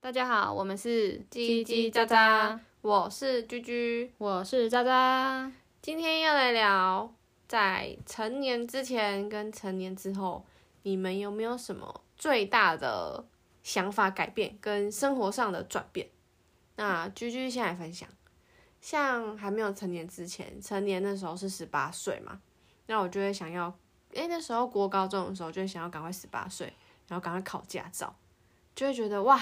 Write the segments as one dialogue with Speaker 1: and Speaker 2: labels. Speaker 1: 大家好，我们是
Speaker 2: 叽叽喳喳，我是居居，
Speaker 1: 我是渣渣。
Speaker 2: 今天要来聊在成年之前跟成年之后，你们有没有什么最大的想法改变跟生活上的转变？那居居先来分享，像还没有成年之前，成年的时候是十八岁嘛，那我就会想要，诶、那时候国高中的时候就会想要赶快十八岁，然后赶快考驾照，就会觉得哇，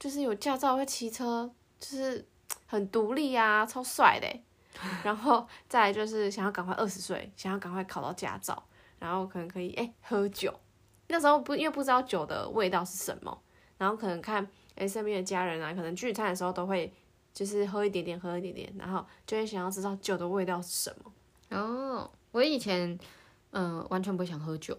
Speaker 2: 就是有驾照会骑车，就是很独立啊，超帅的欸。然后再来就是想要赶快二十岁，想要赶快考到驾照，然后可能可以哎、喝酒。那时候不因为不知道酒的味道是什么，然后可能看哎、身边的家人啊，可能聚餐的时候都会就是喝一点点，喝一点点，然后就会想要知道酒的味道是什么。
Speaker 1: 哦，我以前嗯、呃完全不想喝酒，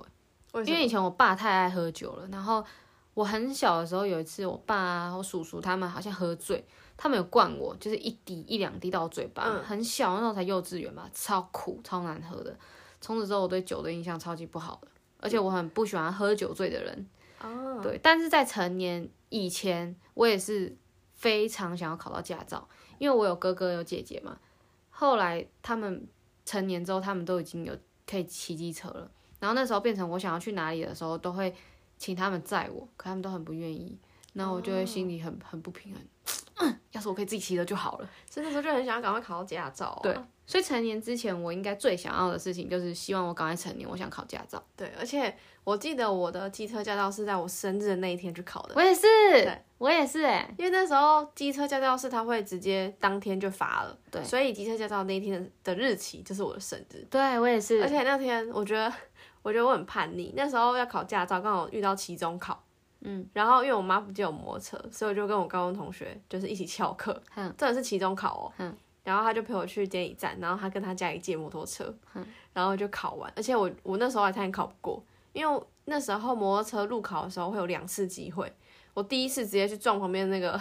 Speaker 2: 为什
Speaker 1: 因
Speaker 2: 么？
Speaker 1: 为以前我爸太爱喝酒了。然后我很小的时候有一次，我爸啊、我叔叔他们好像喝醉，他们有灌我，就是一滴一两滴到我嘴巴，
Speaker 2: 嗯
Speaker 1: 很小那时候才幼稚园吧，超苦超难喝的。从此之后，我对酒的印象超级不好的，而且我很不喜欢喝酒醉的人。
Speaker 2: 哦，
Speaker 1: 对，但是在成年以前，我也是非常想要考到驾照，因为我有哥哥有姐姐嘛。后来他们成年之后，他们都已经有可以骑机车了。然后那时候变成我想要去哪里的时候，都会请他们载我，可他们都很不愿意。然后我就会心里很很不平衡，要是我可以自己骑的就好了。
Speaker 2: 所以那时候就很想要赶快考到驾照、啊。
Speaker 1: 对，所以成年之前，我应该最想要的事情就是希望我赶快成年，我想考驾照。
Speaker 2: 对，而且我记得我的机车驾照是在我生日的那一天去考的。
Speaker 1: 我也是
Speaker 2: 对，
Speaker 1: 我也是、欸，
Speaker 2: 因为那时候机车驾照是他会直接当天就发了，
Speaker 1: 对
Speaker 2: 所以机车驾照那一天的的日期就是我的生日，
Speaker 1: 对我也是，
Speaker 2: 而且那天我觉得我觉得我很叛逆，那时候要考驾照，刚好遇到期中考，嗯，然后因为我妈不借我摩托车，所以我就跟我高中同学就是一起翘课，
Speaker 1: 嗯，
Speaker 2: 真的是期中考哦，
Speaker 1: 嗯，
Speaker 2: 然后他就陪我去监理站，然后他跟他家里借摩托车，嗯，然后就考完，而且我我那时候还差点考不过，因为我那时候摩托车路考的时候会有两次机会，我第一次直接去撞旁边那个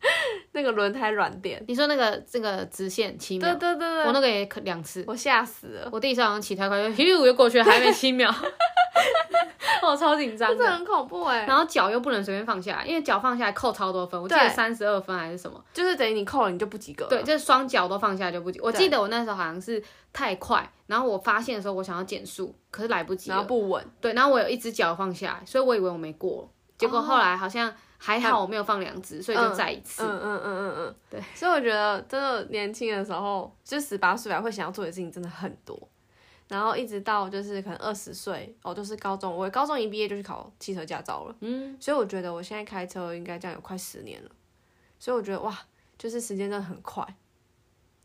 Speaker 2: 那个轮胎软垫，
Speaker 1: 你说那个这个直线七
Speaker 2: 对
Speaker 1: 秒，
Speaker 2: 对对对，
Speaker 1: 我那个也可两次，
Speaker 2: 我吓死 了，
Speaker 1: 我第一次好像骑太快，就咻又过去了，还没七 秒，我超紧张
Speaker 2: 真的
Speaker 1: 的。
Speaker 2: 很恐怖哎、
Speaker 1: 然后脚又不能随便放下来，因为脚放下来扣超多分，我记得
Speaker 2: 对
Speaker 1: 三十二分还是什么，
Speaker 2: 就是等于你扣了你就不及格了，
Speaker 1: 对，就是双脚都放下就不及。我
Speaker 2: 对
Speaker 1: 记得我那时候好像是太快，然后我发现的时候我想要减速，可是来不及
Speaker 2: 然后
Speaker 1: 了，
Speaker 2: 不稳，
Speaker 1: 对，然后我有一只脚放下来，所以我以为我没过，结果后来好像还好我没有放两只，所以就再一次。
Speaker 2: 哦嗯嗯嗯嗯嗯，
Speaker 1: 对。
Speaker 2: 所以我觉得真的年轻的时候，就十八岁啊，会想要做的事情真的很多，然后一直到就是可能二十岁哦，就是高中，我高中一毕业就去考汽车驾照了，嗯，所以我觉得我现在开车应该这样有快十年了，所以我觉得哇，就是时间真的很快，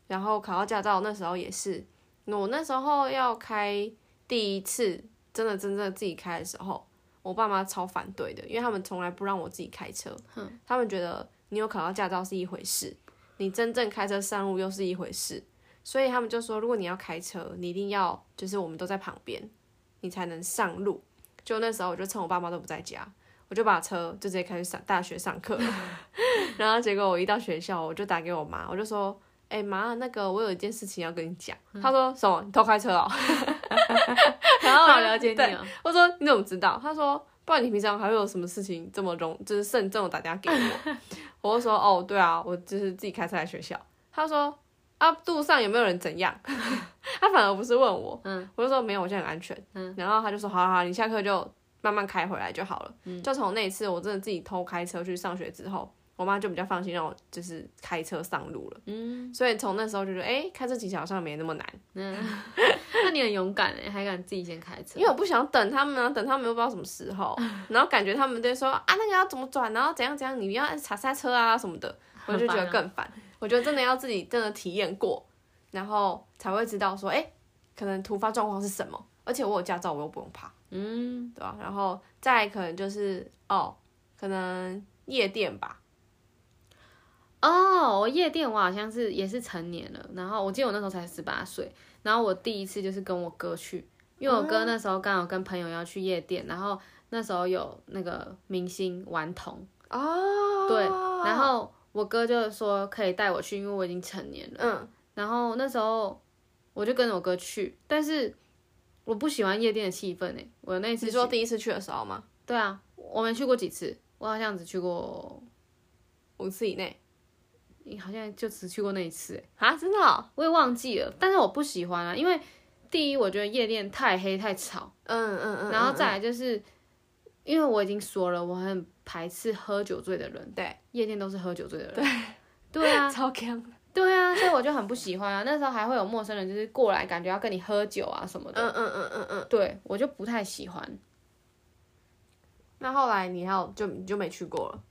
Speaker 2: 然后考到驾照那时候也是，我那时候要开第一次真的真正自己开的时候。我爸妈超反对的，因为他们从来不让我自己开车，他们觉得你有考到驾照是一回事，你真正开车上路又是一回事，所以他们就说，如果你要开车，你一定要就是我们都在旁边，你才能上路。就那时候，我就趁我爸妈都不在家，我就把车就直接开去上大学上课， 然后结果我一到学校，我就打给我妈，我就说。哎、妈，那个我有一件事情要跟你讲。她说什么？你偷开车哦？
Speaker 1: 然后
Speaker 2: 好
Speaker 1: 好了解你
Speaker 2: 对
Speaker 1: 哦，
Speaker 2: 我说你怎么知道？他说不然你平常还会有什么事情这么容就是慎重的打电话给我？ 我就说哦对啊，我就是自己开车来学校。他说啊路上有没有人怎样？ 他反而不是问我，嗯，我就说没有，我现在很安全，嗯，然后他就说好好好，你下课就慢慢开回来就好了。就从那一次我真的自己偷开车去上学之后。我妈就比较放心让我就是开车上路了，嗯，所以从那时候就觉得，哎、开车其实好像没那么难，
Speaker 1: 那你很勇敢哎，还敢自己先开车
Speaker 2: 因。为我不想等他们啊，等他们又不知道什么时 候，然后感觉他们都会说啊那个要怎么转，然后怎样怎样，你要按踩刹车啊什么的，我就觉得
Speaker 1: 很啊
Speaker 2: 更烦。我觉得真的要自己真的体验过，然后才会知道说，哎、可能突发状况是什么。而且我有驾照，我又不用怕，嗯，对吧、然后再来可能就是哦，可能夜店吧，
Speaker 1: 哦，我夜店我好像是也是成年了，然后我记得我那时候才十八岁，然后我第一次就是跟我哥去，因为我
Speaker 2: 哦
Speaker 1: 哥那时候刚好跟朋友要去夜店，然后那时候有那个明星顽童，
Speaker 2: 哦，
Speaker 1: 对，然后我哥就说可以带我去，因为我已经成年了，
Speaker 2: 嗯，
Speaker 1: 然后那时候我就跟我哥去，但是我不喜欢夜店的气氛诶、欸我那一次
Speaker 2: 你说第一次去的时候吗？
Speaker 1: 对啊，我没去过几次，我好像只去过
Speaker 2: 五次以内
Speaker 1: 你好像就只去过那一次，
Speaker 2: 啊？真的哦、
Speaker 1: 我也忘记了。但是我不喜欢啊，因为第一，我觉得夜店太黑太吵，
Speaker 2: 嗯嗯嗯。
Speaker 1: 然后
Speaker 2: 嗯
Speaker 1: 再来就是，因为我已经说了，我很排斥喝酒醉的人，
Speaker 2: 对
Speaker 1: 夜店都是喝酒醉的人，对对啊，
Speaker 2: 超强，
Speaker 1: 对啊，所以我就很不喜欢啊。那时候还会有陌生人就是过来，感觉要跟你喝酒啊什么的，
Speaker 2: 嗯嗯嗯嗯嗯。
Speaker 1: 对我就不太喜欢。
Speaker 2: 那后来你还有就你就没去过了，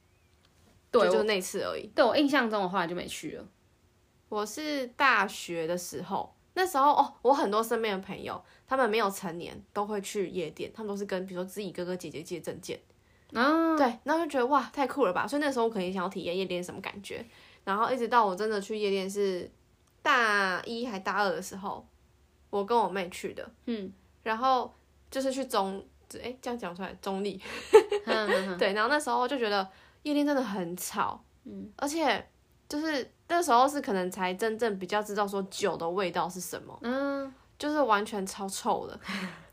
Speaker 1: 对
Speaker 2: 就
Speaker 1: 我
Speaker 2: 就那次而已。
Speaker 1: 对我印象中，我后来就没去了。
Speaker 2: 我是大学的时候，那时候哦，我很多身边的朋友，他们没有成年都会去夜店，他们都是跟比如说自己哥哥姐姐借证件，
Speaker 1: 啊，
Speaker 2: 对，然后就觉得哇太酷了吧，所以那时候我肯定想要体验夜店什么感觉，然后一直到我真的去夜店是大一还大二的时候，我跟我妹去的，
Speaker 1: 嗯，
Speaker 2: 然后就是去中，哎这样讲出来中立，
Speaker 1: 哼哼哼
Speaker 2: 对，然后那时候就觉得夜店真的很吵，嗯，而且就是那时候是可能才真正比较知道说酒的味道是什么，
Speaker 1: 嗯，
Speaker 2: 就是完全超臭 的，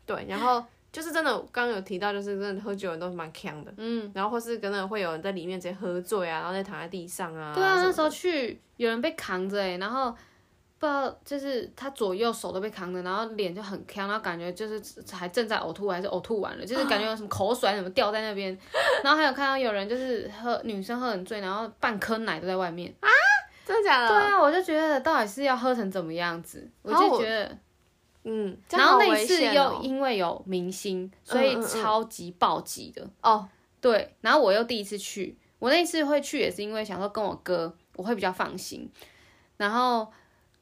Speaker 2: 对，然后就是真的刚刚有提到，就是真的喝酒的人都蛮呛的，嗯，然后或是可能会有人在里面直接喝醉啊，然后再躺在地上啊，
Speaker 1: 对啊，
Speaker 2: 什
Speaker 1: 那
Speaker 2: 么
Speaker 1: 时候去有人被扛着哎、然后不知道就是他左右手都被扛着，然后脸就很呛，然后感觉就是还正在呕吐，还是呕吐完了，就是感觉有什么口水还是什么掉在那边， 然后还有看到有人就是喝女生喝很醉，然后半坑奶都在外面。
Speaker 2: 真的假
Speaker 1: 对
Speaker 2: 的？
Speaker 1: 啊，我就觉得到底是要喝成怎么样子，我
Speaker 2: 然后
Speaker 1: 就
Speaker 2: 我
Speaker 1: 觉得，
Speaker 2: 嗯，这
Speaker 1: 然
Speaker 2: 样
Speaker 1: 后
Speaker 2: 好
Speaker 1: 那
Speaker 2: 危
Speaker 1: 一次
Speaker 2: 险
Speaker 1: 又
Speaker 2: 哦
Speaker 1: 因为有明星，所以
Speaker 2: 嗯嗯嗯
Speaker 1: 超级暴击的。
Speaker 2: 哦，
Speaker 1: 对，然后我又第一次去，我那一次会去也是因为想说跟我哥，我会比较放心。然后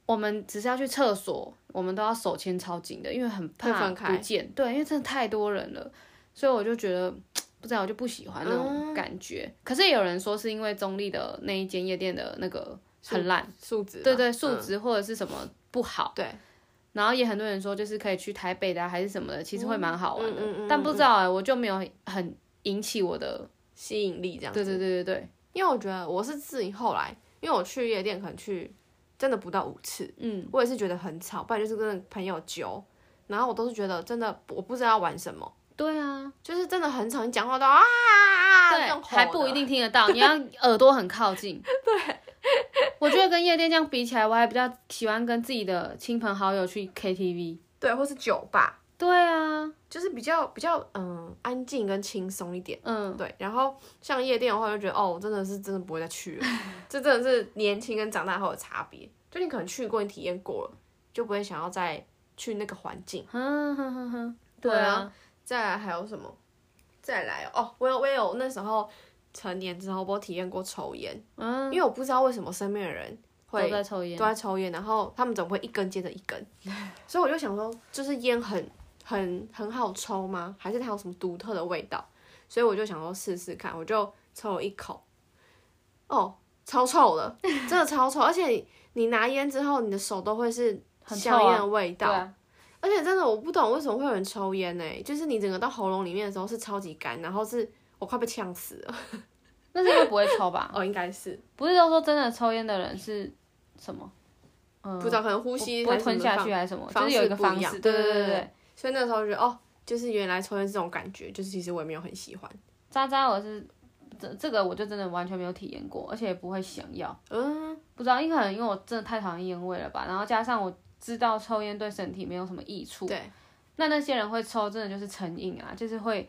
Speaker 1: 我们只是要去厕所，我们都要手牵超紧的，因为很
Speaker 2: 会
Speaker 1: 怕
Speaker 2: 分开
Speaker 1: 不见。对，因为真的太多人了，所以我就觉得不知道，我就不喜欢那种感觉。可是也有人说是因为中立的那一间夜店的那个很烂，
Speaker 2: 素质嘛，
Speaker 1: 对对，素
Speaker 2: 嗯
Speaker 1: 质或者是什么不好。
Speaker 2: 对，
Speaker 1: 然后也很多人说，就是可以去台北的、啊、还是什么的，其实会蛮好玩的。
Speaker 2: 嗯嗯嗯嗯
Speaker 1: 但不知道哎、我就没有很引起我的。
Speaker 2: 吸引力这样子
Speaker 1: 对对对对对，
Speaker 2: 因为我觉得我是自己后来，因为我去夜店可能去真的不到五次，
Speaker 1: 嗯，
Speaker 2: 我也是觉得很吵，不然就是跟朋友揪，然后我都是觉得真的我不知道要玩什么，
Speaker 1: 对啊，
Speaker 2: 就是真的很吵，你讲话都啊啊，这种吼的
Speaker 1: 还不一定听得到，你要耳朵很靠 近。对， 我觉得跟夜店这样比起来，我还比较喜欢跟自己的亲朋好友去 KTV。
Speaker 2: 对，或是酒吧，
Speaker 1: 对啊，
Speaker 2: 就是比较比较嗯安静跟轻松一点。
Speaker 1: 嗯，
Speaker 2: 对，然后像夜店的话，就觉得哦，真的是真的不会再 去了，这真的是年轻跟长大后的差别。就你可能去过，你体验过了，就不会想要再去那个环境。
Speaker 1: 哼哼哼哼，对
Speaker 2: 对
Speaker 1: 啊
Speaker 2: 啊，再来还有什么？再来哦，哦我有我有那时候成年之后，我有体验过抽烟，
Speaker 1: 嗯，
Speaker 2: 因为我不知道为什么身边的人
Speaker 1: 都
Speaker 2: 会啊
Speaker 1: 在抽
Speaker 2: 都
Speaker 1: 烟，
Speaker 2: 在抽烟，然后他们总会一根接着一 根，所以我就想说，就是烟很很很好抽吗？还是它有什么独特的味道？所以我就想说试试看，我就抽了一口，哦，超臭的，真的超臭，而且你你拿烟之后，你的手都会是
Speaker 1: 很臭
Speaker 2: 香
Speaker 1: 啊
Speaker 2: 烟的味道
Speaker 1: 对。啊，
Speaker 2: 而且真的我不懂为什么会有人抽烟呢、就是你整个到喉咙里面的时候是超级干，然后是我快被呛死了。
Speaker 1: 那是因为不会抽 吧？
Speaker 2: 哦，应该是、
Speaker 1: 不是都说真的抽烟的人是什么？嗯
Speaker 2: 不知道，可能呼吸
Speaker 1: 不会
Speaker 2: 还是什
Speaker 1: 吞
Speaker 2: 么
Speaker 1: 下
Speaker 2: 放
Speaker 1: 去还是什么，就
Speaker 2: 方
Speaker 1: 是有一
Speaker 2: 式
Speaker 1: 个
Speaker 2: 不
Speaker 1: 方
Speaker 2: 一样
Speaker 1: 式。
Speaker 2: 对
Speaker 1: 对
Speaker 2: 对
Speaker 1: 对
Speaker 2: 对
Speaker 1: 对，
Speaker 2: 所以那时候就觉得哦，就是原来抽烟这种感觉，就是其实我也没有很喜欢。
Speaker 1: 渣渣我是这这个我就真的完全没有体验过，而且也不会想要。
Speaker 2: 嗯，
Speaker 1: 不知道，因为可能因为我真的太讨厌烟味了吧，然后加上我知道抽烟对身体没有什么益处，
Speaker 2: 对，
Speaker 1: 那那些人会抽，真的就是成瘾啊，就是会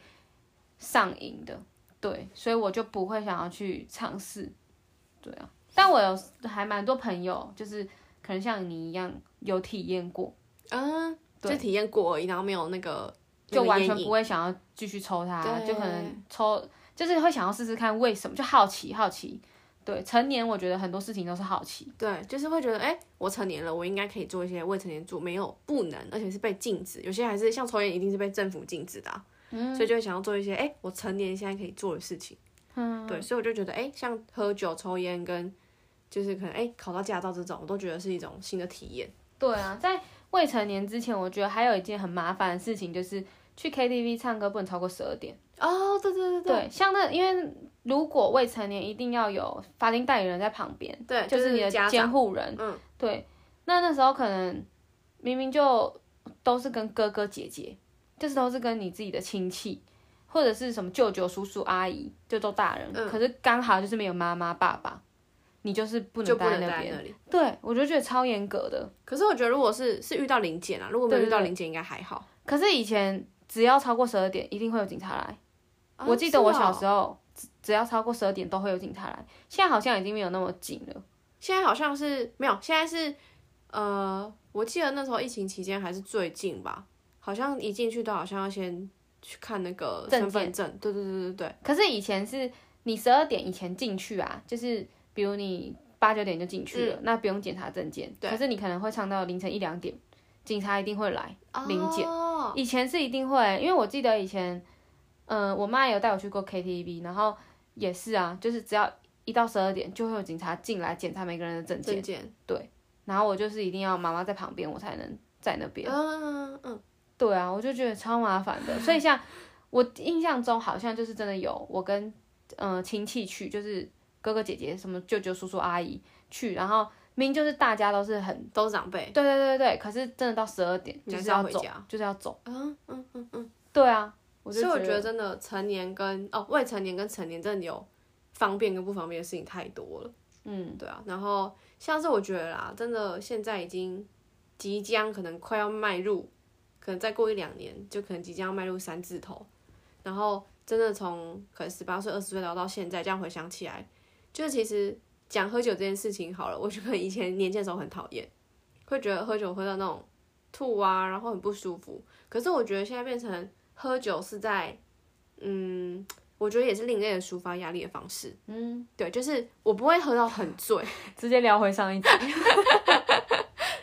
Speaker 1: 上瘾的，对，所以我就不会想要去尝试，对啊，但我有还蛮多朋友，就是可能像你一样有体验过，
Speaker 2: 嗯，
Speaker 1: 对
Speaker 2: 就体验过而已，然后没有那个
Speaker 1: 就完全
Speaker 2: 那个
Speaker 1: 不
Speaker 2: 烟瘾
Speaker 1: 会想要继续抽它，
Speaker 2: 对
Speaker 1: 就可能抽，就是会想要试试看为什么，就好奇好奇，对，成年我觉得很多事情都是好奇，
Speaker 2: 对，就是会觉得哎、我成年了，我应该可以做一些未成年做没有不能，而且是被禁止，有些还是像抽烟一定是被政府禁止的啊、所以就会想要做一些哎、我成年现在可以做的事情。
Speaker 1: 嗯，
Speaker 2: 对，所以我就觉得，哎、像喝酒、抽烟跟就是可能哎、考到驾照这种，我都觉得是一种新的体验。
Speaker 1: 对啊，在未成年之前，我觉得还有一件很麻烦的事情，就是去 KTV 唱歌不能超过十二点。
Speaker 2: 哦，对对
Speaker 1: 对，像那因为如果未成年，一定要有法定代理人在旁边，
Speaker 2: 对
Speaker 1: 就
Speaker 2: 呃就是
Speaker 1: 你的
Speaker 2: 家
Speaker 1: 监
Speaker 2: 长
Speaker 1: 护人。
Speaker 2: 嗯，
Speaker 1: 对。那那时候可能明明就都是跟哥哥姐姐，就是都是跟你自己的亲戚，或者是什么舅舅、叔叔、阿姨，就都大人，
Speaker 2: 嗯
Speaker 1: 可是刚好就是没有妈妈、爸爸，你就是不
Speaker 2: 就
Speaker 1: 能
Speaker 2: 不
Speaker 1: 待
Speaker 2: 能
Speaker 1: 在那
Speaker 2: 待
Speaker 1: 边。
Speaker 2: 那里。
Speaker 1: 对，我就觉得超严格的。
Speaker 2: 可是我觉得，如果是是遇到零检啊，如果没有
Speaker 1: 对对
Speaker 2: 遇到
Speaker 1: 对
Speaker 2: 零检，应该还好。
Speaker 1: 可是以前只要超过十二点，一定会有警察来。
Speaker 2: 啊
Speaker 1: 我记得我小时
Speaker 2: 候，
Speaker 1: 候、只只要超过十二点都会有警察来，现在好像已经没有那么紧了。
Speaker 2: 现在好像是没有，现在是呃，我记得那时候疫情期间还是最近吧，好像一进去都好像要先去看那个
Speaker 1: 证
Speaker 2: 身份证。对对对对对，
Speaker 1: 可是以前是你十二点以前进去啊，就是比如你八九点就进去了，那不用检查证件。
Speaker 2: 对
Speaker 1: 可是你可能会唱到凌晨一两点，警察一定会来。零检
Speaker 2: 哦
Speaker 1: 以前是一定会，因为我记得以前，嗯、我妈有带我去过 KTV，然后也是啊，就是只要一到十二点就会有警察进来检查每个人的证件，
Speaker 2: 证件，
Speaker 1: 然后我就是一定要妈妈在旁边，我才能在那边。
Speaker 2: 嗯嗯嗯，
Speaker 1: 对啊，我就觉得超麻烦的。所以 像我印象中，好像就是真的有我跟呃亲戚去，就是哥哥姐姐、什么舅舅、叔叔、阿姨去，然后明明就是大家都是很
Speaker 2: 都是长辈。
Speaker 1: 对对对对对，可是真的到十二点
Speaker 2: 你
Speaker 1: 就
Speaker 2: 还
Speaker 1: 是
Speaker 2: 是要
Speaker 1: 要
Speaker 2: 回
Speaker 1: 走
Speaker 2: 家，
Speaker 1: 就是要走。
Speaker 2: 嗯嗯嗯嗯，
Speaker 1: 对啊，我
Speaker 2: 所
Speaker 1: 就
Speaker 2: 以我
Speaker 1: 觉
Speaker 2: 觉得真的成年跟哦未成年跟成年真的有方便跟不方便的事情太多了。
Speaker 1: 嗯，
Speaker 2: 对啊，然后像是我觉得啦，真的现在已经即将可能快要迈入，可能再过一两年就可能即将要迈入三字头，然后真的从可能十八岁、二十岁聊到现在，这样回想起来，就是其实讲喝酒这件事情好了，我觉得以前年轻的时候很讨厌，会觉得喝酒喝到那种吐啊，然后很不舒服。可是我觉得现在变成喝酒是在，嗯，我觉得也是另类的抒发压力的方式。嗯，对，就是我不会喝到很醉。
Speaker 1: 直接聊回 上一集。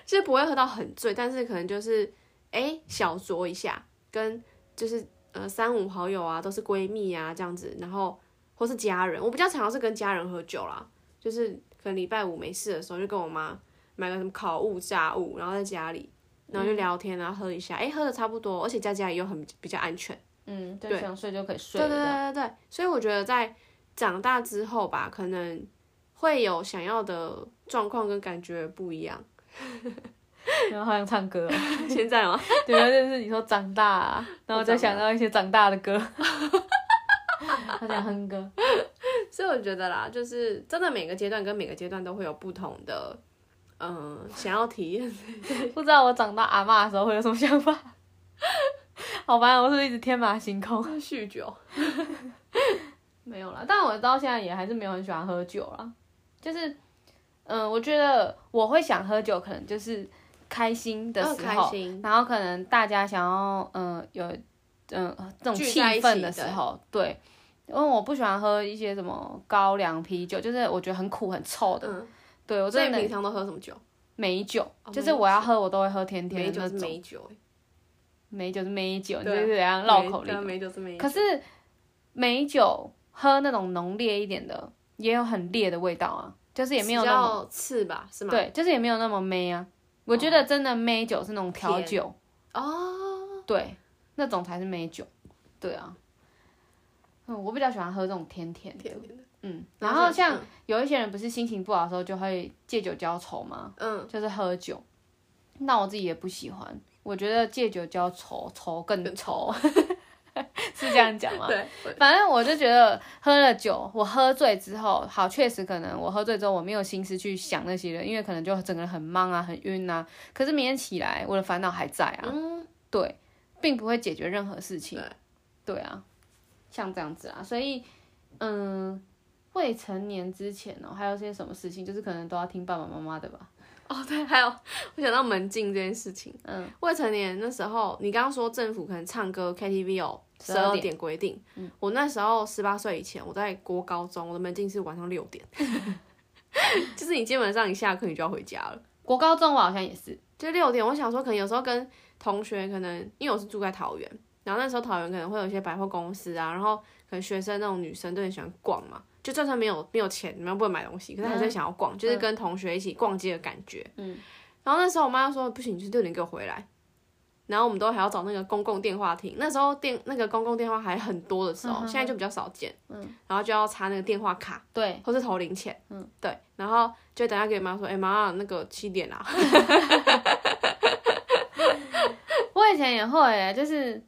Speaker 2: 就是不会喝到很醉，但是可能就是哎、诶小酌一下，跟就是呃三五好友啊，都是闺蜜啊这样子，然后或是家人，我比较常是跟家人喝酒啦，就是可能礼拜五没事的时候就跟我妈买个什么烤物炸物，然后在家里，然后就聊天啊，喝一下，哎、喝的差不多，而且在家里又很比较安全。
Speaker 1: 嗯，就
Speaker 2: 对
Speaker 1: 想睡就可以睡
Speaker 2: 对
Speaker 1: 了
Speaker 2: 对
Speaker 1: 这样。
Speaker 2: 对对对，所以我觉得在长大之后吧，可能会有想要的状况跟感觉不一样。
Speaker 1: 然后好想唱歌、哦，
Speaker 2: 现在吗？
Speaker 1: 对啊，就是你说长大、啊，然后再想到一些长大的 歌，好想哼歌。
Speaker 2: 所以我觉得啦，就是真的每个阶段跟每个阶段都会有不同的，嗯、想要体验。
Speaker 1: 不知道我长到阿嬷的时候会有什么想法。 好吧，我是不是一直天马行空。
Speaker 2: 酗酒，
Speaker 1: 没有啦，但我到现在也还是没有很喜欢喝酒啦。就是，嗯，我觉得我会想喝酒，可能就是开心 的
Speaker 2: 嗯
Speaker 1: 时
Speaker 2: 开
Speaker 1: 候，
Speaker 2: 心
Speaker 1: 然后可能大家想要，嗯，有，嗯，这种
Speaker 2: 聚
Speaker 1: 气
Speaker 2: 在一
Speaker 1: 氛
Speaker 2: 起
Speaker 1: 的
Speaker 2: 的
Speaker 1: 时候，对。因为我不喜欢喝一些什么高粱啤酒，就是我觉得很苦很臭的。
Speaker 2: 嗯，
Speaker 1: 对我
Speaker 2: 所以
Speaker 1: 真
Speaker 2: 你平
Speaker 1: 的
Speaker 2: 常都喝什么酒？
Speaker 1: 美酒，
Speaker 2: 哦
Speaker 1: 就是我要喝我都会喝甜
Speaker 2: 美
Speaker 1: 甜的
Speaker 2: 酒
Speaker 1: 那
Speaker 2: 是
Speaker 1: 种。
Speaker 2: 美酒，
Speaker 1: 美酒是美酒，你
Speaker 2: 对啊
Speaker 1: 这是怎样绕口
Speaker 2: 美对啊
Speaker 1: 令？
Speaker 2: 美酒是美酒。
Speaker 1: 可是美酒喝那种浓烈一点的，也有很烈的味道啊，就是也没有
Speaker 2: 比
Speaker 1: 那么
Speaker 2: 较刺吧，是吗？
Speaker 1: 对，就是也没有那么媚啊。我觉得真的媚酒是那种调酒，
Speaker 2: 哦，
Speaker 1: 对，那种才是媚酒，对啊。嗯，我比较喜欢喝这种甜甜的，
Speaker 2: 甜甜的。
Speaker 1: 嗯。然后像
Speaker 2: 嗯
Speaker 1: 有一些人不是心情不好的时候就会借酒浇愁吗？
Speaker 2: 嗯，
Speaker 1: 就是喝酒。那我自己也不喜欢，我觉得借酒浇愁，愁更愁， 是这样讲吗？
Speaker 2: 对，
Speaker 1: 反正我就觉得喝了酒，我喝醉之后，好，确实可能我喝醉之后我没有心思去想那些了，因为可能就整个人很忙啊，很晕啊。可是明天起来，我的烦恼还在啊，
Speaker 2: 嗯，
Speaker 1: 对，并不会解决任何事情
Speaker 2: 对。
Speaker 1: 对啊，像这样子啊，所以，嗯，未成年之前哦，还有些什么事情，就是可能都要听爸爸妈妈的吧。
Speaker 2: 哦对，还有我想到门禁这件事情，
Speaker 1: 嗯，
Speaker 2: 未成年那时候，你刚刚说政府可能唱歌 KTV 哦，十
Speaker 1: 12
Speaker 2: 二
Speaker 1: 点
Speaker 2: 点规定。我那时候十八岁以前，我在国高中，我的门禁是晚上六点， 就是你基本上一下课你就要回家了，
Speaker 1: 国高中我好像也是，
Speaker 2: 就六点。我想说，可能有时候跟同学，可能因为我是住在桃园，然后那时候桃园可能会有一些百货公司啊，然后可能学生那种女生都很喜欢逛嘛，就就算没有没有钱，你们不能买东西，可是还是会想要逛，就是跟同学一起逛街的感觉。
Speaker 1: 嗯，
Speaker 2: 然后那时候我妈就说不行，你就六点给我回来。然后我们都还要找那个公共电话亭，那时候电那个公共电话还很多的时候，现在就比较少见。嗯，然后就要插那个电话卡
Speaker 1: 对，
Speaker 2: 或是投零钱。嗯，对，然后就等下给妈说，哎、妈，那个七点
Speaker 1: 嗯
Speaker 2: 啦、
Speaker 1: 我以前也会欸、就是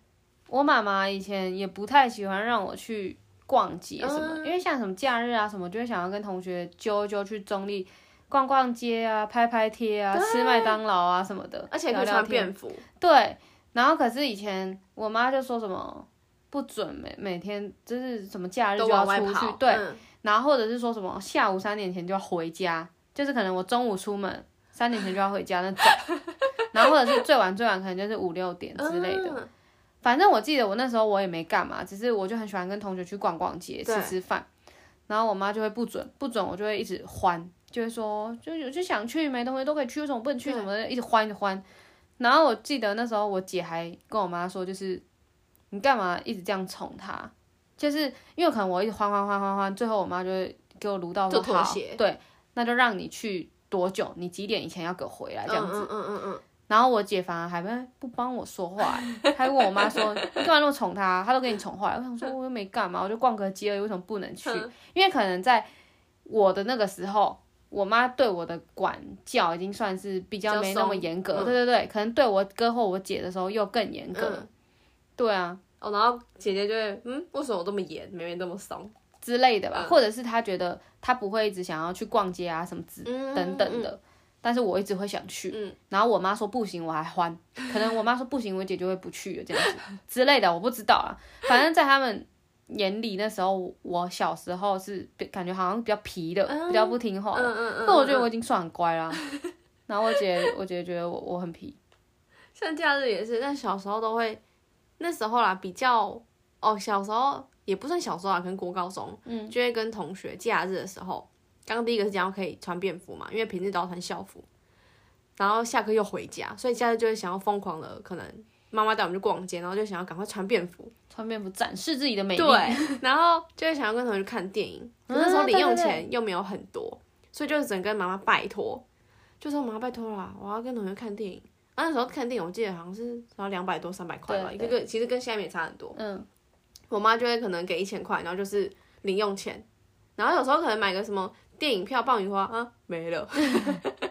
Speaker 1: 我妈妈以前也不太喜欢让我去逛街
Speaker 2: 嗯
Speaker 1: 什么，因为像什么假日啊什么，就会想要跟同学揪一揪去中立逛逛街啊、拍拍贴啊、吃麦当劳啊什么的，
Speaker 2: 而且
Speaker 1: 聊
Speaker 2: 可以
Speaker 1: 聊
Speaker 2: 穿
Speaker 1: 天。
Speaker 2: 便服，
Speaker 1: 对，然后可是以前我妈就说什么不准每每天就是什么假日
Speaker 2: 都
Speaker 1: 就要
Speaker 2: 往外
Speaker 1: 出去
Speaker 2: 跑，，
Speaker 1: 对，
Speaker 2: 嗯
Speaker 1: 然后或者是说什么下午三点前就要回家，就是可能我中午出门，三点前就要回家那种， 然后或者是最晚最晚可能就是五六点之类的。
Speaker 2: 嗯
Speaker 1: 反正我记得我那时候我也没干嘛，只是我就很喜欢跟同学去逛逛街、
Speaker 2: 对
Speaker 1: 吃吃饭，然后我妈就会不准，不准我就会一直欢，就会说就有就想去没东西都可以去，为什么不能去
Speaker 2: 对
Speaker 1: 什么的，一直欢一直欢。然后我记得那时候我姐还跟我妈说，就是你干嘛一直这样宠她？就是因为可能我一直欢欢欢欢欢，最后我妈就会给我撸到说
Speaker 2: 做妥
Speaker 1: 好
Speaker 2: 协
Speaker 1: 对，那就让你去多久，你几点以前要给我回来这样子。
Speaker 2: 嗯嗯嗯嗯
Speaker 1: 然后我姐反而还不不帮我说话、 欸，还问我妈说：“你干嘛那么宠她？她都给你宠坏了。”我想说我又没干嘛，我就逛个街而已，为什么不能去？因为可能在我的那个时候，我妈对我的管教已经算是比较没那么严格
Speaker 2: 比，较松
Speaker 1: 对对对，可能对我哥或我姐的时候又更严格，
Speaker 2: 嗯
Speaker 1: 对啊
Speaker 2: 哦，然后姐姐就会，嗯，为什么我这么严，明明这么松？
Speaker 1: 之类的吧，
Speaker 2: 嗯
Speaker 1: 或者是她觉得她不会一直想要去逛街啊什么之
Speaker 2: 嗯
Speaker 1: 等等的。但是我一直会想去，
Speaker 2: 嗯
Speaker 1: 然后我妈说不行，我还欢，可能我妈说不行，我姐就会不去了这样子之类的，我不知道啊。反正，在他们眼里，那时候我小时候是比感觉好像比较皮的，
Speaker 2: 嗯
Speaker 1: 比较不听话
Speaker 2: 嗯
Speaker 1: 的。
Speaker 2: 嗯嗯。
Speaker 1: 哦但我觉得
Speaker 2: 嗯
Speaker 1: 我已经算很乖 啦。然后我姐，我姐觉得我我很皮，
Speaker 2: 像假日也是，但小时候都会，那时候啦比较哦，小时候也不算小时候啦，可能国高中，嗯，就会跟同学假日的时候，刚刚第一个是讲可以穿便服嘛，因为平日都要穿校服，然后下课又回家，所以假日就会想要疯狂的，可能妈妈带我们去逛街，然后就想要赶快穿便服，
Speaker 1: 穿便服展示自己的美丽。
Speaker 2: 对， 然后就会想要跟同学去看电影，可是那时候
Speaker 1: 嗯
Speaker 2: 零
Speaker 1: 对对
Speaker 2: 用
Speaker 1: 对
Speaker 2: 钱又没有很多，所以就只能跟妈妈拜托，就说妈妈拜托啦，我要跟同学看电影。啊、那时候看电影，我记得好像是然后两百多、三百块吧，
Speaker 1: 对
Speaker 2: 一
Speaker 1: 对
Speaker 2: 个个其实跟现在也差很多。
Speaker 1: 嗯，
Speaker 2: 我妈就会可能给一千块，然后就是零用钱，然后有时候可能买个什么电影票、爆米花啊没了，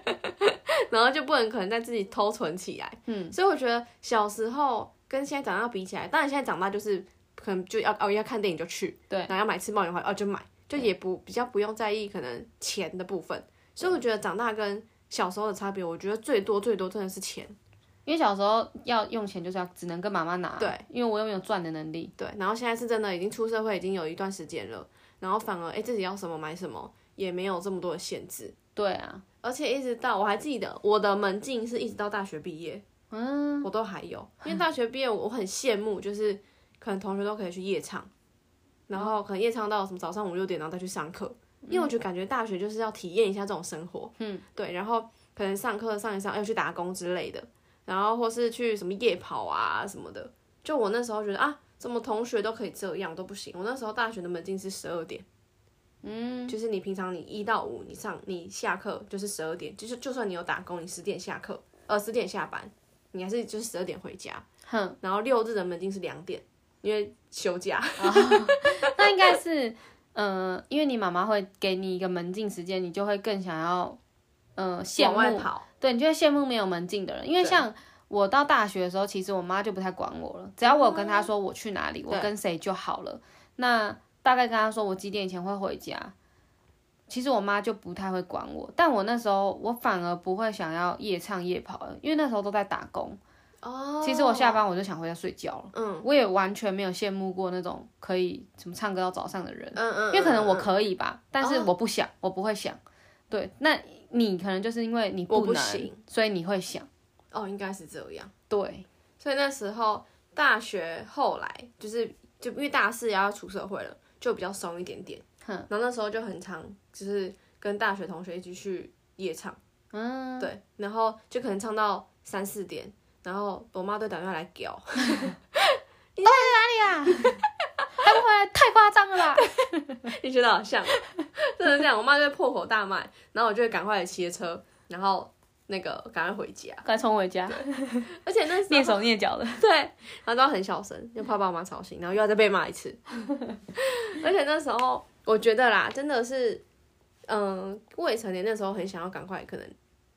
Speaker 2: 然后就不能可能再自己偷存起来。嗯，所以我觉得小时候跟现在长大比起来，当然现在长大就是可能就要哦要看电影就去，
Speaker 1: 对
Speaker 2: 然后要买吃爆米花哦就买，就也不比较不用在意可能钱的部分。所以我觉得长大跟小时候的差别，我觉得最多最多真的是钱。
Speaker 1: 因为小时候要用钱就是要只能跟妈妈拿，
Speaker 2: 对，
Speaker 1: 因为我又没有赚的能力。
Speaker 2: 对，然后现在是真的已经出社会已经有一段时间了，然后反而哎自己要什么买什么，也没有这么多的限制，
Speaker 1: 对啊，
Speaker 2: 而且一直到我还记得我的门禁是一直到大学毕业，
Speaker 1: 嗯，
Speaker 2: 我都还有，因为大学毕业我我很羡慕，就是可能同学都可以去夜唱，然后可能夜唱到什么早上五六点，然后再去上课，因为我就感觉大学就是要体验一下这种生活，嗯，对，然后可能上课上一上要去打工之类的，然后或是去什么夜跑啊什么的，就我那时候觉得啊，怎么同学都可以这样，我都不行，我那时候大学的门禁是十二点。嗯，就是你平常你一到五，你上你下课就是十二点，就是就算你有打工，你十点下课，呃十点下班，你还是就是十二点回家，
Speaker 1: 哼，
Speaker 2: 然后六日的门禁是两点，因为休假。
Speaker 1: 那应该是，呃，因为你妈妈会给你一个门禁时间，你就会更想要，呃， 羡
Speaker 2: 往外
Speaker 1: 慕，
Speaker 2: 跑，
Speaker 1: 对，你就会羡慕没有门禁的人。因为
Speaker 2: 对
Speaker 1: 像我到大学的时候，其实我妈就不太管我了，只要我有跟她说我去哪里，我
Speaker 2: 对
Speaker 1: 跟谁就好了。那大概跟她说我几点以前会回家，其实我妈就不太会管我。但我那时候我反而不会想要夜唱夜跑了，因为那时候都在打工。
Speaker 2: 哦
Speaker 1: 其实我下班我就想回家睡觉了。
Speaker 2: 嗯
Speaker 1: 我也完全没有羡慕过那种可以什么唱歌到早上的人。
Speaker 2: 嗯嗯，
Speaker 1: 因为可能我
Speaker 2: 嗯
Speaker 1: 可以吧，但是我不想，我不会想。对，那你可能就是因为你
Speaker 2: 我不
Speaker 1: 能，
Speaker 2: 行
Speaker 1: 所以你会想。
Speaker 2: 哦，应该是这样。
Speaker 1: 对，
Speaker 2: 所以那时候大学后来就是就因为大四也要出社会了，就比较松一点点。然后那时候就很常就是跟大学同学一起去夜唱，
Speaker 1: 嗯，
Speaker 2: 对，然后就可能唱到三四点，然后我妈都打电话来屌，
Speaker 1: 还不回来，太夸张了吧？
Speaker 2: 你觉得好像，啊 真的这样，我妈就会破口大骂，然后我就会赶快骑车，然后那个赶快回家，
Speaker 1: 快冲回家，
Speaker 2: 而且那时
Speaker 1: 蹑手蹑脚的。
Speaker 2: 对，然后都要很小声，又怕爸妈吵醒，然后又要再被骂一次， 而且那时候我觉得啦，真的是，嗯、未成年那时候很想要赶快，可能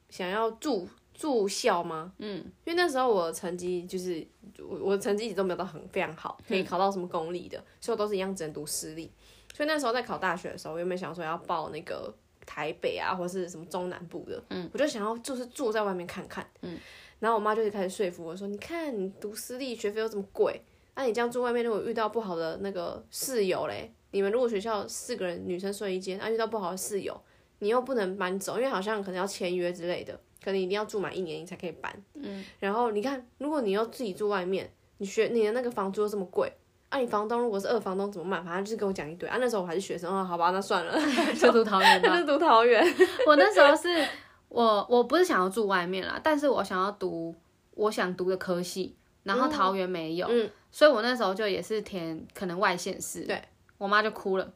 Speaker 2: 想要住住校吗？嗯，因为那时候我的成绩就是我我的成绩一直都没有到很非常好，可以考到什么公立的，所以我都是一样只能读私立。所以那时候在考大学的时候，我原本想说要报那个台北啊，或是什么中南部的，嗯，我就想要就是住在外面看看，嗯。然后我妈就开始说服我说：“你看，你读私立学费又这么贵，那、你这样住外面，如果遇到不好的那个室友嘞，你们如果学校四个人女生睡一间，啊，遇到不好的室友，你又不能搬走，因为好像可能要签约之类的，可能一定要住满一年你才可以搬。嗯，然后你看，如果你又自己住外面，你学你的那个房租又这么贵。”啊，你房东如果是二房东怎么办？反正就是跟我讲一堆啊。那时候我还是学生哦，好吧，那算了，
Speaker 1: 就 读桃园吧。
Speaker 2: 那 就读桃园。
Speaker 1: 我那时候是我我不是想要住外面啦，但是我想要读我想读的科系，然后桃园没有，嗯，所以我那时候就也是填可能外县市，
Speaker 2: 对，
Speaker 1: 我妈就哭了，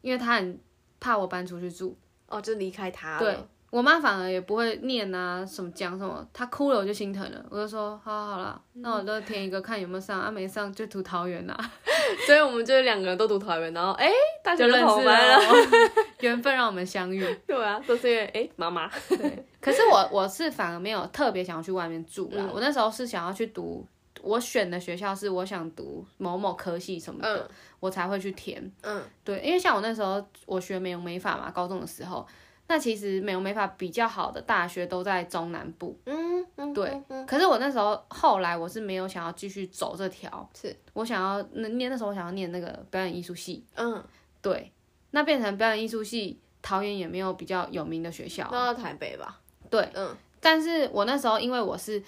Speaker 1: 因为她很怕我搬出去住，
Speaker 2: 哦，就离开他了。
Speaker 1: 对我妈反而也不会念啊，什么讲什么，她哭了我就心疼了，我就说好啊好好了，
Speaker 2: 嗯
Speaker 1: 那我就填一个看有没有上，啊没上就读桃园啦、
Speaker 2: 所以我们就是两个人都读桃园，然后哎、大
Speaker 1: 就
Speaker 2: 学
Speaker 1: 认
Speaker 2: 就同
Speaker 1: 识
Speaker 2: 班了。
Speaker 1: 了， 缘分让我们相遇。
Speaker 2: 对啊，都是因为哎妈妈。
Speaker 1: 对， 可是我我是反而没有特别想要去外面住
Speaker 2: 嗯
Speaker 1: 啦。我那时候是想要去读，我选的学校是我想读某某科系什么的，我才会去填。
Speaker 2: 嗯，
Speaker 1: 对，因为像我那时候我学美容美发嘛，高中的时候，那其实美容美发比较好的大学都在中南部。
Speaker 2: 嗯嗯，
Speaker 1: 对，可是我那时候后来我是没有想要继续走这条，
Speaker 2: 是
Speaker 1: 我想要那念那时候我想要念那个表演艺术系，
Speaker 2: 嗯，
Speaker 1: 对，那变成表演艺术系，桃园也没有比较有名的学校。
Speaker 2: 那到台北吧。
Speaker 1: 对，
Speaker 2: 嗯
Speaker 1: 但是我那时候因为我是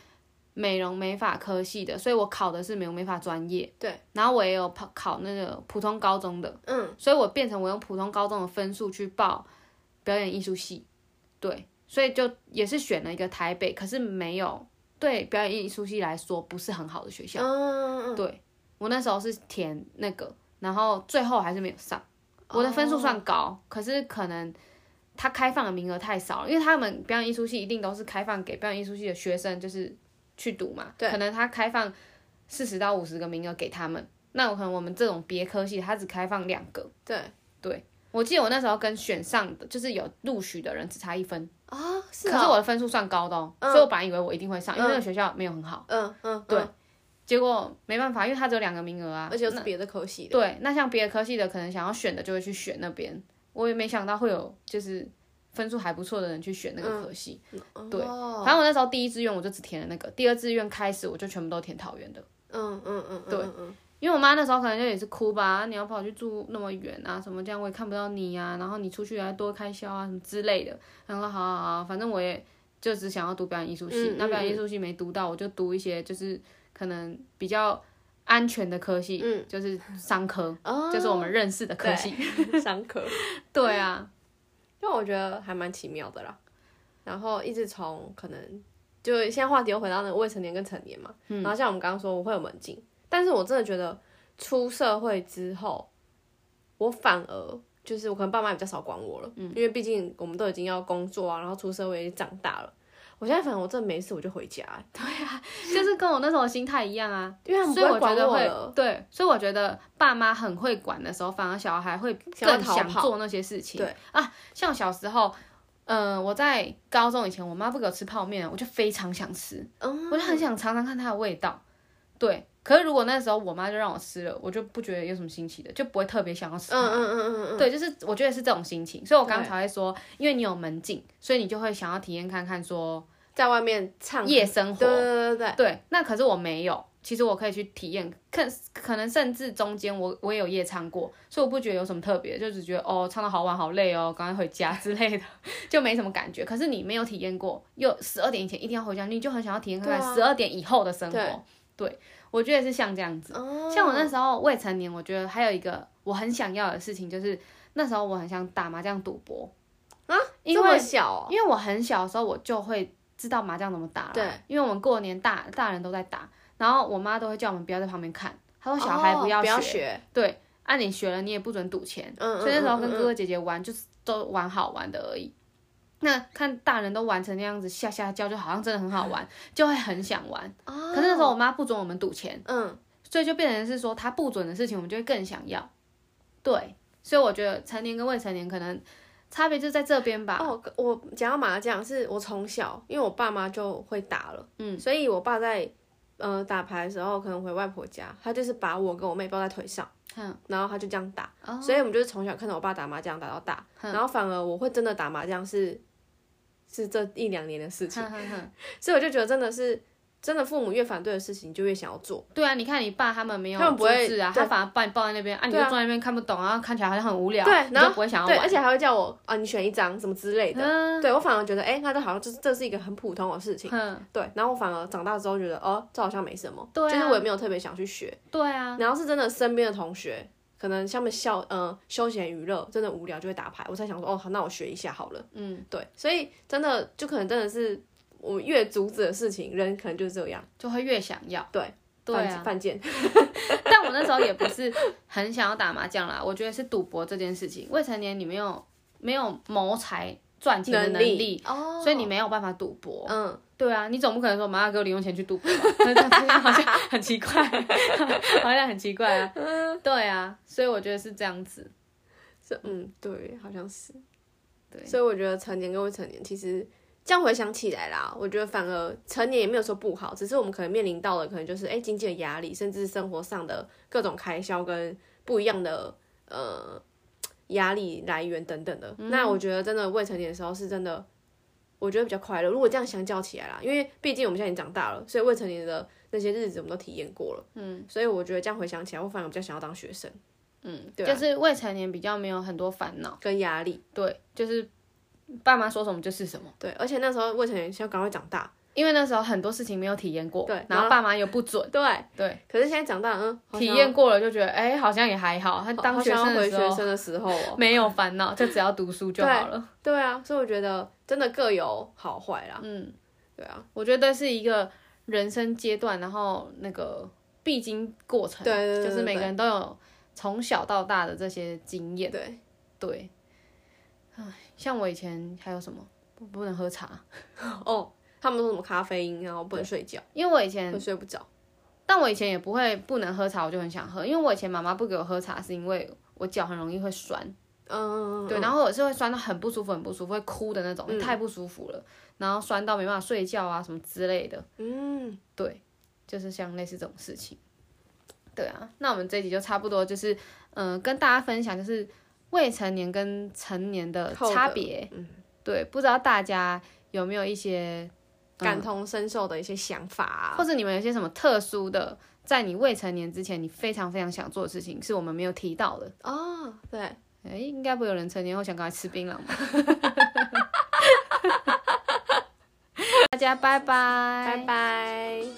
Speaker 1: 美容美发科系的，所以我考的是美容美发专业。
Speaker 2: 对，
Speaker 1: 然后我也有考考那个普通高中的，
Speaker 2: 嗯，
Speaker 1: 所以我变成我用普通高中的分数去报表演艺术系。对，所以就也是选了一个台北，可是没有对表演艺术系来说不是很好的学校。
Speaker 2: 嗯，
Speaker 1: 对我那时候是填那个，然后最后还是没有上。我的分数
Speaker 2: 哦
Speaker 1: 算高，可是可能他开放的名额太少了，因为他们表演艺术系一定都是开放给表演艺术系的学生，就是去读嘛。
Speaker 2: 对
Speaker 1: 可能他开放四十到五十个名额给他们，那我可能我们这种别科系，他只开放两个。
Speaker 2: 对
Speaker 1: 我记得我那时候跟选上的就是有录取的人只差一分，
Speaker 2: 啊，是
Speaker 1: 可是
Speaker 2: 啊，
Speaker 1: 我的分数算高的哦，
Speaker 2: 嗯
Speaker 1: 所以我本来以为我一定会上，因为那个学校没有很好，
Speaker 2: 嗯嗯，
Speaker 1: 对
Speaker 2: 嗯，
Speaker 1: 结果没办法，因为他只有两个名额啊，
Speaker 2: 而且又是别的科系的，
Speaker 1: 对，那像别的科系的，可能想要选的就会去选那边。我也没想到会有就是分数还不错的人去选那个科系。对
Speaker 2: 嗯哦
Speaker 1: 反正我那时候第一志愿我就只填了那个，第二志愿开始我就全部都填桃园的，
Speaker 2: 嗯嗯嗯，
Speaker 1: 对
Speaker 2: 嗯， 嗯
Speaker 1: 因为我妈那时候可能就也是哭吧，啊你要跑去住那么远啊，什么这样我也看不到你啊，然后你出去还多开销啊什么之类的。然后好啊好好，反正我也就只想要读表演艺术系，
Speaker 2: 嗯
Speaker 1: 那
Speaker 2: 嗯
Speaker 1: 表演艺术系没读到，我就读一些就是可能比较安全的科系，
Speaker 2: 嗯
Speaker 1: 就是商科。
Speaker 2: 哦
Speaker 1: 就是我们认识的科系，
Speaker 2: 商科，
Speaker 1: 对啊，
Speaker 2: 因为我觉得还蛮奇妙的啦。然后一直从可能就现在话题又回到那个未成年跟成年嘛，
Speaker 1: 嗯
Speaker 2: 然后像我们刚刚说我会有门禁，但是我真的觉得出社会之后，我反而就是我可能爸妈比较少管我了，
Speaker 1: 嗯
Speaker 2: 因为毕竟我们都已经要工作啊，然后出社会也长大了。我现在反正我真的没事我就回家、欸
Speaker 1: 就是跟我那时候的心态一样啊。
Speaker 2: 因为他们
Speaker 1: 所
Speaker 2: 不
Speaker 1: 以
Speaker 2: 会
Speaker 1: 我觉
Speaker 2: 管
Speaker 1: 得
Speaker 2: 我
Speaker 1: 会
Speaker 2: 了。
Speaker 1: 对，所以我觉得爸妈很会管的时候，反而小孩会
Speaker 2: 想要
Speaker 1: 更
Speaker 2: 逃
Speaker 1: 想
Speaker 2: 跑
Speaker 1: 做那些事情。
Speaker 2: 对
Speaker 1: 啊，像我小时候，嗯、我在高中以前，我妈不给我吃泡面，我就非常想吃，
Speaker 2: 嗯，
Speaker 1: 我就很想尝尝看它的味道。对，可是如果那时候我妈就让我吃了，我就不觉得有什么新奇的，就不会特别想要吃它。
Speaker 2: 嗯嗯嗯嗯嗯，
Speaker 1: 对，就是我觉得是这种心情，所以我刚
Speaker 2: 对
Speaker 1: 才会说，因为你有门禁，所以你就会想要体验看看说
Speaker 2: 在外面唱
Speaker 1: 夜生活，
Speaker 2: 对对对对
Speaker 1: 对，那可是我没有。其实我可以去体验，可可能甚至中间我我也有夜唱过，所以我不觉得有什么特别，就只觉得哦唱到好晚好累哦，赶快回家之类的， 就没什么感觉。可是你没有体验过，又十二点以前一定要回家，你就很想要体验看
Speaker 2: 对
Speaker 1: 看
Speaker 2: 啊
Speaker 1: 十二点以后的生活。
Speaker 2: 对
Speaker 1: 对，我觉得是像这样子。
Speaker 2: 对，哦
Speaker 1: 像我那时候未成年，我觉得还有一个我很想要的事情，就是那时候我很想打麻将赌博
Speaker 2: 啊，
Speaker 1: 因
Speaker 2: 这么
Speaker 1: 为
Speaker 2: 小哦，
Speaker 1: 因为我很小的时候我就会知道麻将怎么打了，
Speaker 2: 对，
Speaker 1: 因为我们过年大大人都在打，然后我妈都会叫我们不要在旁边看，她说小孩
Speaker 2: 哦
Speaker 1: 不
Speaker 2: 不
Speaker 1: 要学，
Speaker 2: 学，
Speaker 1: 对，按、你学了你也不准赌钱，
Speaker 2: 嗯，
Speaker 1: 所以那时候跟
Speaker 2: 嗯嗯
Speaker 1: 哥哥姐姐玩就是都玩好玩的而已。那看大人都玩成那样子，吓吓叫就好像真的很好 玩，就会很想玩。
Speaker 2: 哦
Speaker 1: 可是那时候我妈不准我们赌钱，
Speaker 2: 嗯，
Speaker 1: 所以就变成是说她不准的事情，我们就会更想要。对，所以我觉得成年跟未成年可能差别就在这边吧。
Speaker 2: 哦，我讲到麻将，是我从小，因为我爸妈就会打了，嗯，所以我爸在呃打牌的时候，可能回外婆家，他就是把我跟我妹抱在腿上，嗯，然后他就这样打，
Speaker 1: 哦
Speaker 2: 所以我们就是从小看着我爸打麻将打到大，然后反而我会真的打麻将是是这一两年的事情，
Speaker 1: 哼哼哼
Speaker 2: 所以我就觉得真的是。真的，父母越反对的事情，就越想要做。
Speaker 1: 对啊，你看你爸他们没有
Speaker 2: 他们不会
Speaker 1: 阻止啊，
Speaker 2: 对
Speaker 1: 他反而把你抱在那边啊，你就
Speaker 2: 对啊
Speaker 1: 坐在那边看不懂，然后看起来好像很无聊，
Speaker 2: 对
Speaker 1: 你
Speaker 2: 然
Speaker 1: 就
Speaker 2: 后
Speaker 1: 不会想要
Speaker 2: 对，
Speaker 1: 玩。
Speaker 2: 而且还会叫我啊，你选一张什么之类的。
Speaker 1: 嗯
Speaker 2: 对我反而觉得，哎、那这好像就是这是一个很普通的事情。
Speaker 1: 哼，
Speaker 2: 对，然后我反而长大之后觉得，哦，这好像没什么，
Speaker 1: 对啊
Speaker 2: 就是我也没有特别想去学。
Speaker 1: 对啊，
Speaker 2: 然后是真的身边的同学，可能他们校呃休闲娱乐真的无聊就会打牌，我才想说，哦，好，那我学一下好了。
Speaker 1: 嗯，
Speaker 2: 对，所以真的就可能真的是我们越阻止的事情，人可能就是这样，
Speaker 1: 就会越想要。
Speaker 2: 对，
Speaker 1: 对
Speaker 2: 犯
Speaker 1: 啊，
Speaker 2: 犯贱。
Speaker 1: 但我那时候也不是很想要打麻将啦，我觉得是赌博这件事情，未成年你没有没有谋财赚钱的能
Speaker 2: 力
Speaker 1: 力，
Speaker 2: 哦
Speaker 1: 所以你没有办法赌博。
Speaker 2: 嗯，
Speaker 1: 对啊，你总不可能说妈妈给我零用钱去赌博 吧？那这样这样好像很奇怪， 好像很奇怪啊。
Speaker 2: 嗯
Speaker 1: 对啊，所以我觉得是这样子。
Speaker 2: 这嗯对，好像是。
Speaker 1: 对，
Speaker 2: 所以我觉得成年跟未成年，其实这样回想起来啦，我觉得反而成年也没有说不好，只是我们可能面临到的可能就是哎、诶经济的压力，甚至生活上的各种开销跟不一样的呃压力来源等等的。那我觉得真的未成年的时候是真的。我觉得比较快乐。如果这样相较起来啦，因为毕竟我们现在已经长大了，所以未成年的那些日子我们都体验过了。嗯，所以我觉得这样回想起来，我反而比较想要当学生
Speaker 1: 嗯，
Speaker 2: 对啊
Speaker 1: 就是未成年比较没有很多烦恼，
Speaker 2: 跟压力。
Speaker 1: 对，就是爸妈说什么就是什么，
Speaker 2: 对，而且那时候未成年需要赶快长大。
Speaker 1: 因为那时候很多事情没有体验过，
Speaker 2: 对
Speaker 1: 然
Speaker 2: 然
Speaker 1: 后
Speaker 2: 后
Speaker 1: 爸妈也不准，
Speaker 2: 对，
Speaker 1: 对，
Speaker 2: 可是现在长大，嗯，好
Speaker 1: 体
Speaker 2: 想
Speaker 1: 验过了就觉得哎、好像也还好，他
Speaker 2: 好
Speaker 1: 当
Speaker 2: 好
Speaker 1: 学
Speaker 2: 想要
Speaker 1: 生的
Speaker 2: 回
Speaker 1: 时
Speaker 2: 学
Speaker 1: 候
Speaker 2: 生的时 候哦。
Speaker 1: 没有烦 恼，就只要读书就好了。
Speaker 2: 对啊，所以我觉得真的各有好坏啦。
Speaker 1: 嗯，
Speaker 2: 对啊，
Speaker 1: 我觉得是一个人生阶段，然后那个必经过程，
Speaker 2: 对对对
Speaker 1: 就是每个
Speaker 2: 对
Speaker 1: 人都有从小到大的这些经验，
Speaker 2: 对，
Speaker 1: 对。唉，像我以前还有什么不不能喝茶，
Speaker 2: 哦，他们说什么咖啡因，然后不能睡觉，
Speaker 1: 因为我以前
Speaker 2: 会睡不着。
Speaker 1: 但我以前也不会不能喝茶，我就很想喝，因为我以前妈妈不给我喝茶，是因为我脚很容易会酸，
Speaker 2: 嗯，
Speaker 1: 对，然后我是会酸到很不舒服，很不舒服，会哭的那种，太不舒服了，然后酸到没办法睡觉啊什么之类的，
Speaker 2: 嗯，
Speaker 1: 对，就是像类似这种事情，对啊，那我们这一集就差不多就是，嗯、跟大家分享就是未成年跟成年的
Speaker 2: 后的嗯
Speaker 1: 差别，对，不知道大家有没有一些
Speaker 2: 感同身受的一些想法啊。
Speaker 1: 或者你们有些什么特殊的，在你未成年之前，你非常非常想做的事情，是我们没有提到的。
Speaker 2: 哦，对，
Speaker 1: 哎、应该不会有人成年后想赶快吃槟榔吧？ 大家拜拜，
Speaker 2: 拜拜。